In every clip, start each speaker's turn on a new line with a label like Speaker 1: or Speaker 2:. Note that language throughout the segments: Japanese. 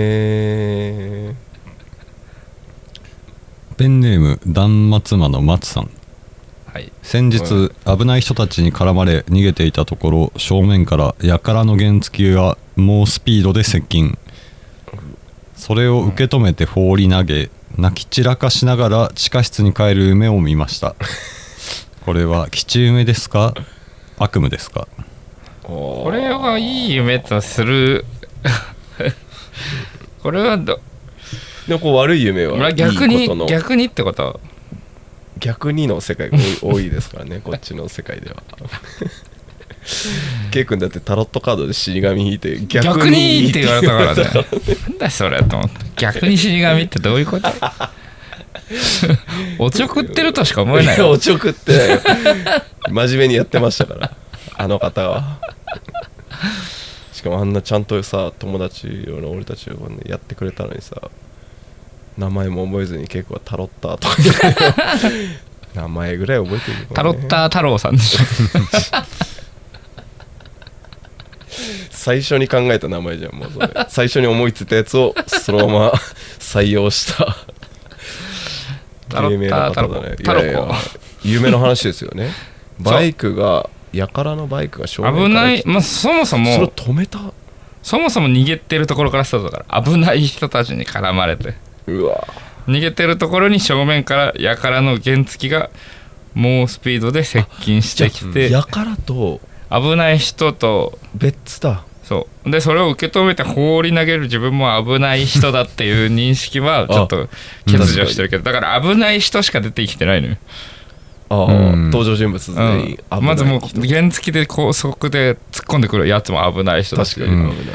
Speaker 1: 夢
Speaker 2: ペンネーム断末魔の松さん
Speaker 3: はい
Speaker 2: 先日危ない人たちに絡まれ逃げていたところ正面からやからの原付が猛スピードで接近それを受け止めて放り投げ泣き散らかしながら地下室に帰る夢を見ましたこれは吉夢ですか悪夢ですか
Speaker 3: こ
Speaker 1: こ
Speaker 3: れはいい夢とする これはど
Speaker 1: でもこう悪い夢は
Speaker 3: まあ
Speaker 1: いい
Speaker 3: 逆に
Speaker 1: ことの
Speaker 3: 逆にってこと
Speaker 1: 逆にの世界が多い 多いですからねこっちの世界で はケイ君だってタロットカードで死神引いて
Speaker 3: 逆にって言われたから
Speaker 1: 言
Speaker 3: ねなんだそれと思って逆に死神ってどういうこと おちょくってるとしか思えない
Speaker 1: いやおちょくってないよ真面目にやってましたからあの方はしかもあんなちゃんとさ友達の俺たちをこんなやってくれたのにさ名前も覚えずに結構タロッターとか言って名前ぐらい覚えてるよね
Speaker 3: タロッター太郎さんでしょ
Speaker 1: 最初に考えた名前じゃんもうそれ最初に思いついたやつをそのまま 採用した
Speaker 3: タロッター
Speaker 1: 有名な方だね
Speaker 3: タロコ
Speaker 1: いやいや有名な話ですよ ねバイクがやからのバイクが正面から
Speaker 3: 危ない
Speaker 1: 来、て
Speaker 3: まあ、そも
Speaker 1: そ
Speaker 3: そ
Speaker 1: れを
Speaker 3: も
Speaker 1: 止めた
Speaker 3: そもそも逃げてるところからスタートだから危ない人たちに絡まれて
Speaker 1: うわ
Speaker 3: 逃げてるところに正面からやからの原付が猛スピードで接近してきて
Speaker 1: やからと
Speaker 3: 危ない人と
Speaker 1: 別だ
Speaker 3: そうでそれを受け止めて放り投げる自分も危ない人だっていう認識はちょっと欠如してるけどだから危ない人しか出てきてないのよ、
Speaker 1: ああ、
Speaker 2: うん
Speaker 1: 登場人物
Speaker 3: う
Speaker 1: 全
Speaker 3: ん
Speaker 1: 員、危ない
Speaker 3: まずもう
Speaker 1: 人
Speaker 3: 原付で高速で突っ込んでくるやつも危ない人だし
Speaker 1: 確かに危ない、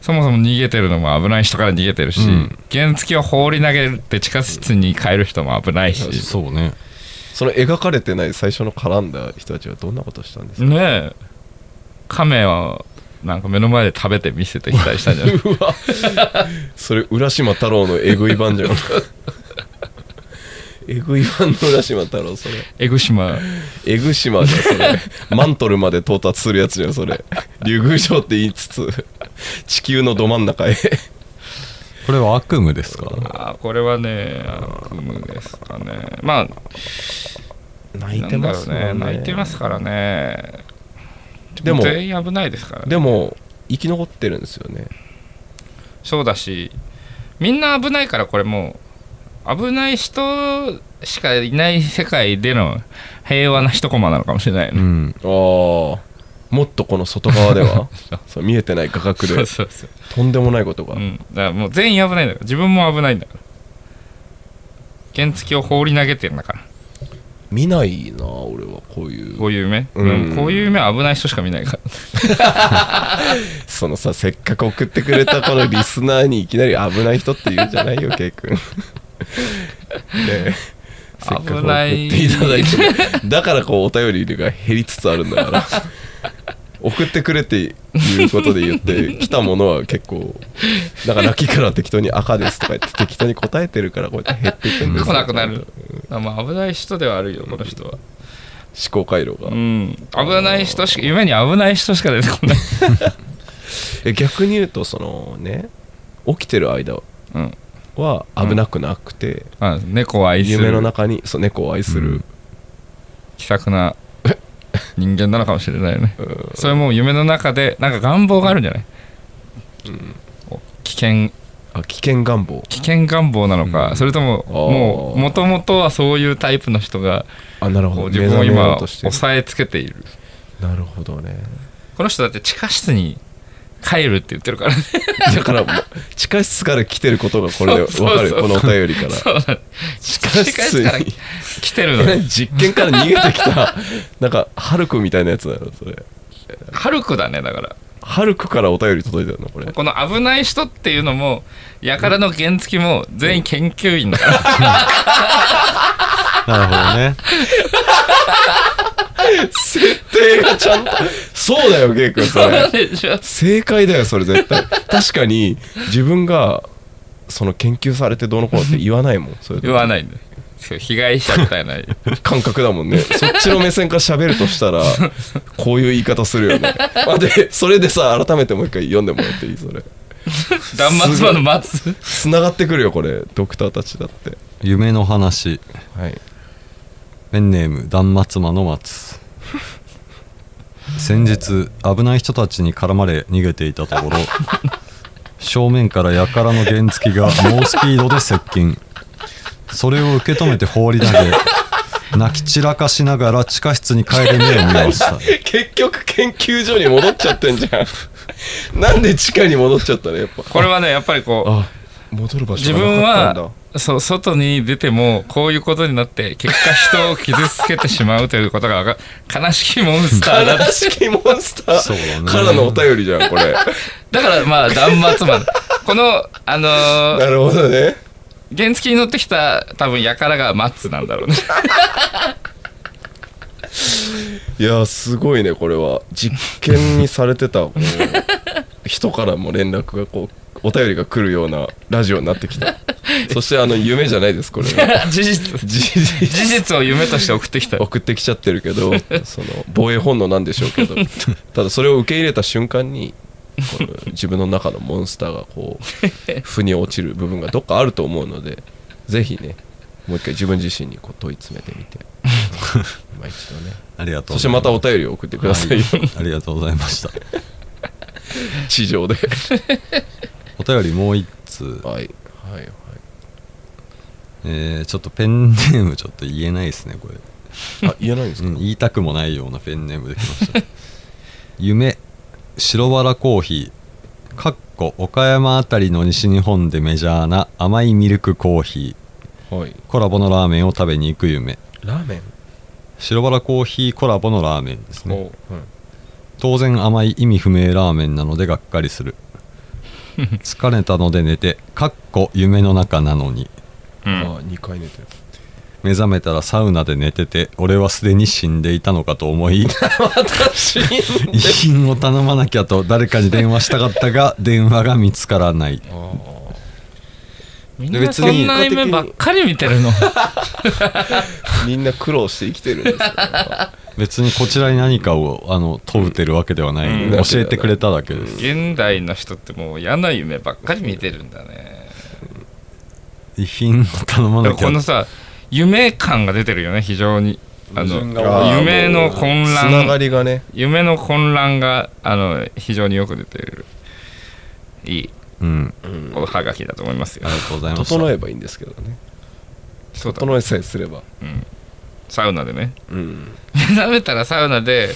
Speaker 3: そもそも逃げてるのも危ない人から逃げてるし、
Speaker 2: うん
Speaker 3: 原付を放り投げるって地下室に帰る人も危ないし、
Speaker 2: そうね
Speaker 1: その描かれてない最初の絡んだ人たちはどんなことしたんですか、
Speaker 3: ねえ亀をなんか目の前で食べて見せてきたりしたんじゃない
Speaker 1: それ浦島太郎のえぐい版 じゃんえぐい版の浦島太郎それ
Speaker 3: 江ぐ島
Speaker 1: えぐ島じゃんそれマントルまで到達するやつじゃんそれ竜宮城って言いつつ地球のど真ん中へ
Speaker 2: これは悪夢ですか
Speaker 3: ああこれはね悪夢ですかねまあ
Speaker 1: 泣
Speaker 3: なんだろうね泣いてますからね
Speaker 1: でも
Speaker 3: 全員危ないですから、ね、
Speaker 1: でも生き残ってるんですよね
Speaker 3: そうだしみんな危ないからこれもう危ない人しかいない世界での平和な一コマなのかもしれないよ
Speaker 2: う
Speaker 3: ね、
Speaker 2: ん
Speaker 1: ああもっとこの外側で はそう見えてない画角
Speaker 3: そ
Speaker 1: で
Speaker 3: うそうそう、
Speaker 1: とんでもないことが、
Speaker 3: うん、だからもう全員危ないんだから自分も危ないんだから原付を放り投げてるんだから
Speaker 1: 見ないな俺はこういう
Speaker 3: こういう夢、
Speaker 1: うん
Speaker 3: うんこういう夢は危ない人しか見ないから
Speaker 1: そのさせっかく送ってくれたこのリスナーにいきなり危ない人って言うんじゃないよケイ 君ねえせっかく送
Speaker 3: 危
Speaker 1: っ
Speaker 3: ない
Speaker 1: ていただいてだからこうお便りが減りつつあるんだから送ってくれっていうことで言ってきたものは結構なんかラッキーカラー適当に赤ですとか言って適当に答えてるからこうやって減っていくんです
Speaker 3: 来
Speaker 1: よ
Speaker 3: なくなる、あまあ危ない人ではあるよこの人は
Speaker 1: 思考回路が、
Speaker 3: うん危ない人しか夢に危ない人しか出 てこない、
Speaker 1: え逆に言うとそのね起きてる間
Speaker 3: うん
Speaker 1: は危なくなくて、
Speaker 3: あ、猫を愛す
Speaker 1: 夢の
Speaker 3: る
Speaker 1: 中にそう猫を愛する、
Speaker 2: うん
Speaker 3: 気さ くな人間なのかもしれないよね
Speaker 1: うん
Speaker 3: それも夢の中でなんか願望があるんじゃない、お危険
Speaker 1: あ危険願望
Speaker 3: 危険願望なのか、それとも
Speaker 1: あー
Speaker 3: もうもともとはそういうタイプの人が
Speaker 1: あなる
Speaker 3: こう
Speaker 1: ほど
Speaker 3: 自分を
Speaker 1: 目覚めよ
Speaker 3: 今
Speaker 1: うとしてる
Speaker 3: 抑えつけている
Speaker 1: なるほどね
Speaker 3: この人だって地下室に帰るって言ってるからね
Speaker 1: だからもう地下室から来てることがこれでわかる
Speaker 3: そうそうそう
Speaker 1: よこのお便りか
Speaker 3: そうだ地
Speaker 1: 下室に
Speaker 3: から来てるの
Speaker 1: ら
Speaker 3: よ
Speaker 1: 実験から逃げてきた なんかハルクみたいなやつだよそれ
Speaker 3: ハルクだねだから
Speaker 1: ハルクからお便り届いてるのこれ
Speaker 3: この危ない人っていうのも、やからの原付も全員研究員だから、
Speaker 2: なるほどね
Speaker 1: 設定がちゃんとそうだよゲイ君 それ
Speaker 3: でしょ
Speaker 1: 正解だよそれ絶対 確かに自分がその研究されてどうのこうのって言わないもんそれ
Speaker 3: 言わないんだよそう被害者みたいな
Speaker 1: 感覚だもんねそっちの目線から喋るとしたらこういう言い方するよね待ってそれでさ改めてもう一回読んでもらっていいそれ
Speaker 3: 断末魔の松
Speaker 1: 繋がってくるよこれドクターたちだって
Speaker 2: 夢の話
Speaker 1: はい
Speaker 2: ペンネーム断末魔 の松先日危ない人たちに絡まれ逃げていたところ正面から輩の原付が猛スピードで接近それを受け止めて放り投げ泣き散らかしながら地下室に帰る目を見ました
Speaker 1: 結局研究所に戻っちゃってんじゃんなんで地下に戻っちゃったのやっぱ
Speaker 3: これはねやっぱりこ
Speaker 1: あ戻る場
Speaker 3: う
Speaker 1: 所
Speaker 3: 自
Speaker 1: が
Speaker 3: 分
Speaker 1: なかったん
Speaker 3: は
Speaker 1: だ
Speaker 3: そう外に出てもこういうことになって結果人を傷つけてしまうということがわか悲しきモンスターだ
Speaker 1: 悲しきモンスタ
Speaker 2: そうだ
Speaker 1: ー
Speaker 2: ね
Speaker 1: からのお便りじゃんこれ
Speaker 3: だからまあ断末 魔このあのー
Speaker 1: なるほどね
Speaker 3: 原付に乗ってきた多分やからがマッツなんだろうね
Speaker 1: いやーすごいねこれは実験にされてたこう 人からも連絡がこうお便りが来るようなラジオになってきたそしてあの夢じゃないですこれは
Speaker 3: 事実
Speaker 1: 事実
Speaker 3: 事実を夢として送ってきた
Speaker 1: 送ってきちゃってるけどその防衛本能なんでしょうけどただそれを受け入れた瞬間にこの自分の中のモンスターがこう腑に落ちる部分がどっかあると思うのでぜひねもう一回自分自身にこう問い詰めてみて今一度ね
Speaker 2: ありがとう
Speaker 1: そしてまたお便りを送ってくださいよ
Speaker 2: はいありがとうございました
Speaker 1: 地上 で
Speaker 2: お便りもう一通、
Speaker 1: はいはいはい
Speaker 2: えーちょっとペンネームちょっと言えないですねこれ
Speaker 1: あ言えないんです
Speaker 2: う
Speaker 1: か、
Speaker 2: ん、言いたくもないようなペンネームできました 夢白バラコーヒーかっこ岡山あたりの西日本でメジャーな甘いミルクコーヒ
Speaker 1: はい
Speaker 2: ーコラボのラーメンを食べに行く夢
Speaker 1: ラーメン
Speaker 2: 白バラコーヒーコラボのラーメンですね
Speaker 1: おうはい
Speaker 2: 当然甘い意味不明ラーメンなのでがっかりする疲れたので寝てかっこ夢の中なのに
Speaker 3: うん
Speaker 1: あ2回寝てる
Speaker 2: 目覚めたらサウナで寝てて俺はすでに死んでいたのかと思い
Speaker 1: 私
Speaker 2: 遺品を頼まなきゃと誰かに電話したかったが電話が見つからない
Speaker 1: あー
Speaker 3: みんなそんな夢ばっかり見てるの
Speaker 1: みんな苦労して生きてるんですよ
Speaker 2: 別にこちらに何かをあの問うてるわけではない、
Speaker 1: うん
Speaker 2: 教えてくれただけです、
Speaker 3: 現代の人ってもう嫌な夢ばっかり見てるんだね
Speaker 2: 遺品を頼まな
Speaker 3: だから
Speaker 2: きゃ
Speaker 3: このさ夢感が出てるよね非常にあ
Speaker 2: 矛盾が
Speaker 3: の夢の混
Speaker 1: つなが
Speaker 3: 乱
Speaker 1: りがね
Speaker 3: 夢の混乱があの非常によく出てるいい
Speaker 2: うん
Speaker 3: おはがきだと思いますよ
Speaker 2: ありがとうございました
Speaker 1: 整えばいいんですけどね
Speaker 3: そうだ
Speaker 1: 整えさえすれば
Speaker 3: サウナでね
Speaker 1: うん
Speaker 3: 目覚めたらサウナで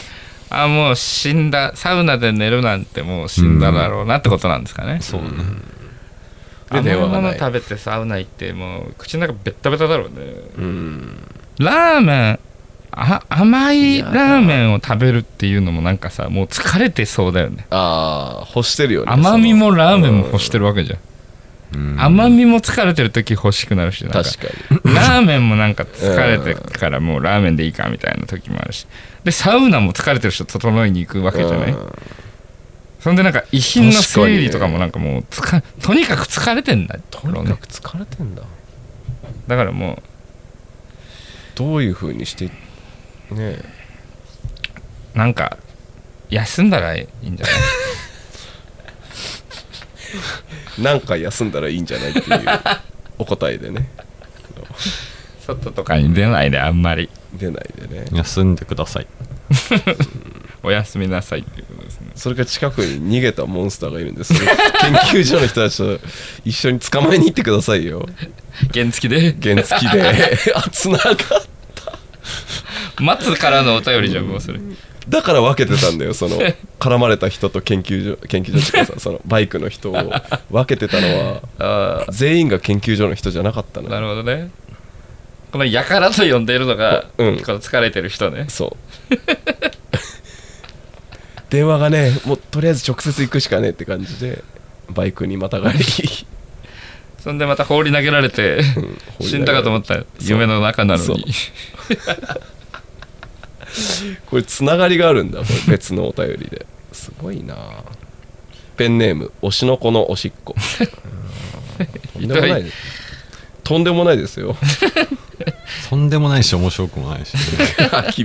Speaker 3: あもう死んだサウナで寝るなんてもう死んだだろうなってことなんですかね、
Speaker 2: そうね
Speaker 1: で
Speaker 3: 甘い
Speaker 1: 電話
Speaker 3: も
Speaker 1: が
Speaker 3: の
Speaker 1: ない
Speaker 3: 食べてサウナ行ってもう口の中ベッタベタだろうね
Speaker 1: うん
Speaker 3: ラーメンあ甘いラーメンを食べるっていうのもなんかさもう疲れてそうだよね
Speaker 1: ああ欲してるよね
Speaker 3: 甘みもラーメンも欲してるわけじゃん、
Speaker 2: うん
Speaker 3: 甘みも疲れてる時欲しくなるしなんか
Speaker 1: 確か に
Speaker 3: ラーメンもなんか疲れてからもうラーメンでいいかみたいな時もあるしでサウナも疲れてる人整いに行くわけじゃない、
Speaker 1: うん
Speaker 3: そんでなんか遺品の
Speaker 1: 確かにね
Speaker 3: 整理とかもなんかもうつかとにかく疲れてんだよ
Speaker 1: とにかく疲れてんだ
Speaker 3: だからも
Speaker 1: どういうふうにしてねえ
Speaker 3: うなんか休んだらいいんじゃない
Speaker 1: 何回休んだらいいんじゃないっていうお答えで ね
Speaker 3: 外とかに出ないであんまり
Speaker 1: 出ないでね
Speaker 2: 休んでください
Speaker 3: おやすみなさいっていうことですね
Speaker 1: それから近くに逃げたモンスターがいるんですそれ研究所の人たちと一緒に捕まえに行ってくださいよ
Speaker 3: 原付で
Speaker 1: 原付 であつながった
Speaker 3: 待つからのお便りじゃんもうそれ
Speaker 1: だから分けてたんだよその絡まれた人と研究所研究所っていうかさそのバイクの人を分けてたのは
Speaker 3: あ
Speaker 1: 全員が研究所の人じゃなかった
Speaker 3: あ
Speaker 1: の
Speaker 3: な
Speaker 1: よ
Speaker 3: るほどねこの「やから」と呼んでいるのが、
Speaker 1: うん
Speaker 3: この疲れてる人ね
Speaker 1: そう電話がねもうとりあえず直接行くしかねえって感じでバイクにまた がり
Speaker 3: そんでまた放り投げられて
Speaker 1: うん
Speaker 3: 死んだかと思ったら
Speaker 1: そう
Speaker 3: 夢の中なの
Speaker 1: そう
Speaker 3: に
Speaker 1: これつながりがあるんだこれ別のお便りですごいなあペンネーム「推しの子のおしっこ」うんとんでもないとんでもないですよ
Speaker 2: そんでもないし面白くもないし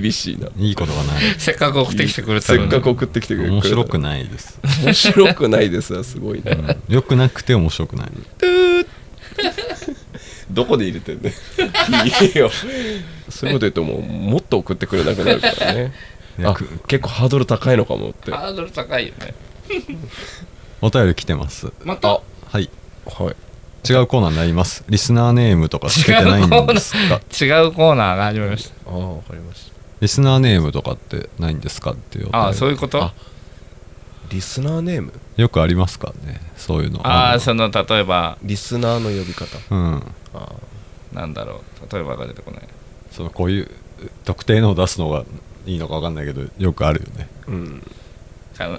Speaker 1: 厳しいな
Speaker 2: うんいいことがない
Speaker 3: せっかく送ってきてくれたの
Speaker 1: せっ
Speaker 3: に
Speaker 1: かく送ってきてくれた
Speaker 2: 面白くないです
Speaker 1: 面白くないですわすごいな
Speaker 2: 良くなくて面白くない
Speaker 1: どこで入れてんね いいよそういうこと言うともうもっと送ってくれなくなるからね
Speaker 2: いや
Speaker 1: あ
Speaker 2: く
Speaker 1: 結構ハードル高いのかもっては
Speaker 3: ハードル高いよね
Speaker 2: お便り来てます
Speaker 3: また
Speaker 1: あ
Speaker 2: は
Speaker 1: い
Speaker 2: い違うコーナーになりますリスナーネームとかつけてないんですか
Speaker 3: 違うコーナーが始まりまし
Speaker 1: ああわかりました
Speaker 2: リスナーネームとかってないんですかっていうお便り
Speaker 3: たああそういうこと
Speaker 1: あリスナーネーム
Speaker 2: よくありますからねそういうの
Speaker 3: ああ
Speaker 2: う
Speaker 3: その例えば
Speaker 1: リスナーの呼び方
Speaker 2: うん
Speaker 1: あ
Speaker 3: なんだろう例えばが出てこない
Speaker 2: そのこういう特定のを出すのがいいのか分かんないけどよくあるよね、
Speaker 1: ーうん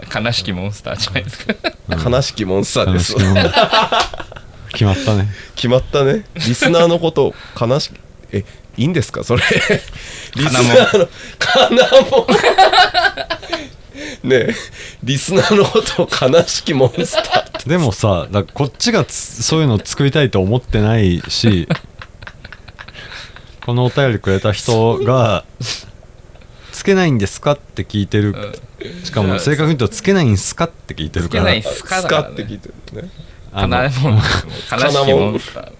Speaker 3: か悲しきモンスターじゃないですか
Speaker 2: うん
Speaker 1: 悲しきモンスターです
Speaker 2: 楽しみもん決まったね
Speaker 1: 決まったねリスナーのことを悲しきえいいんですかそれリスナーのかなもねえリスナーのことを悲しきモンスター
Speaker 2: でもさだこっちがつそういうの作りたいと思ってないしこのお便りくれた人が「つけないんですか?」って聞いてる、しかも正確に言うと「つけないんすか?」って聞いてるから
Speaker 3: つけないんす
Speaker 1: ス
Speaker 3: スカだ
Speaker 1: カ
Speaker 3: からね
Speaker 1: って聞いてるね
Speaker 2: あの
Speaker 3: かなもん悲しきモンスター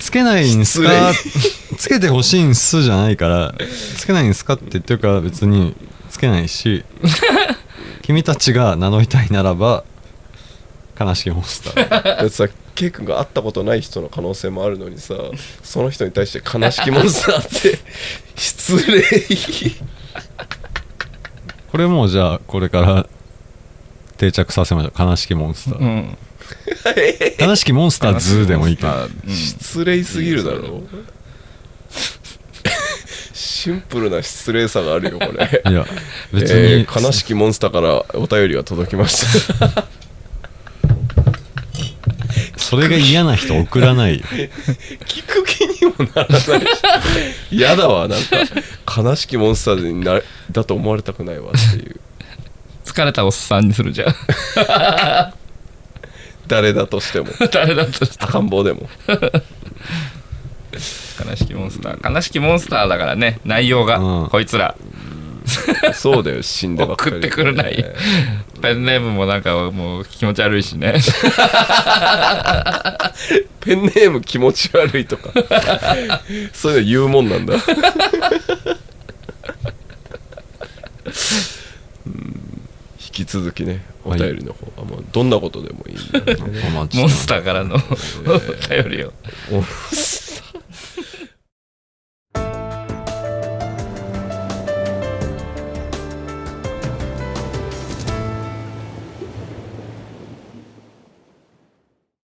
Speaker 2: つけないんすか つけてほしいんすじゃないからつけないんすかって言ってるから別につけない し君たちが名乗りたいならば悲しきモンスター
Speaker 1: だってさケイ君が会ったことない人の可能性もあるのにさその人に対して悲しきモンスターって失礼
Speaker 2: これもうじゃあこれから定着させましょう悲しきモンスタ
Speaker 3: う
Speaker 2: ー、
Speaker 3: ん
Speaker 2: 悲しきモンスターズーでもいいけど
Speaker 3: 悲しきモンス
Speaker 1: 失礼すぎるだろシンプルな失礼さがあるよこれ
Speaker 2: いや別
Speaker 1: え
Speaker 2: に、
Speaker 1: ー悲しきモンスターからお便りが届きました
Speaker 2: それが嫌な人送ら ないよ
Speaker 1: 聞く気にもならないし 嫌だわなんか悲しきモンスターになだと思われたくないわっていう
Speaker 3: ター疲れたおっさんにするじゃん
Speaker 1: 誰だとしても
Speaker 3: 誰だとして
Speaker 1: 赤ん坊でも
Speaker 3: 悲しきモンスター悲しきモンスターだからね内容が、
Speaker 2: うん
Speaker 3: こいつら
Speaker 1: そうだよ死んでばっかり
Speaker 3: 送ってくれないペンネームもなんかもう気持ち悪いしね
Speaker 1: ペンネーム気持ち悪いとか そういうの言うもんなんだうん引き続きねお便りの方はもうどんなことでもいいんで、
Speaker 2: お待ちして
Speaker 3: モ
Speaker 2: ま
Speaker 3: ン
Speaker 2: す
Speaker 3: スターからのお便りを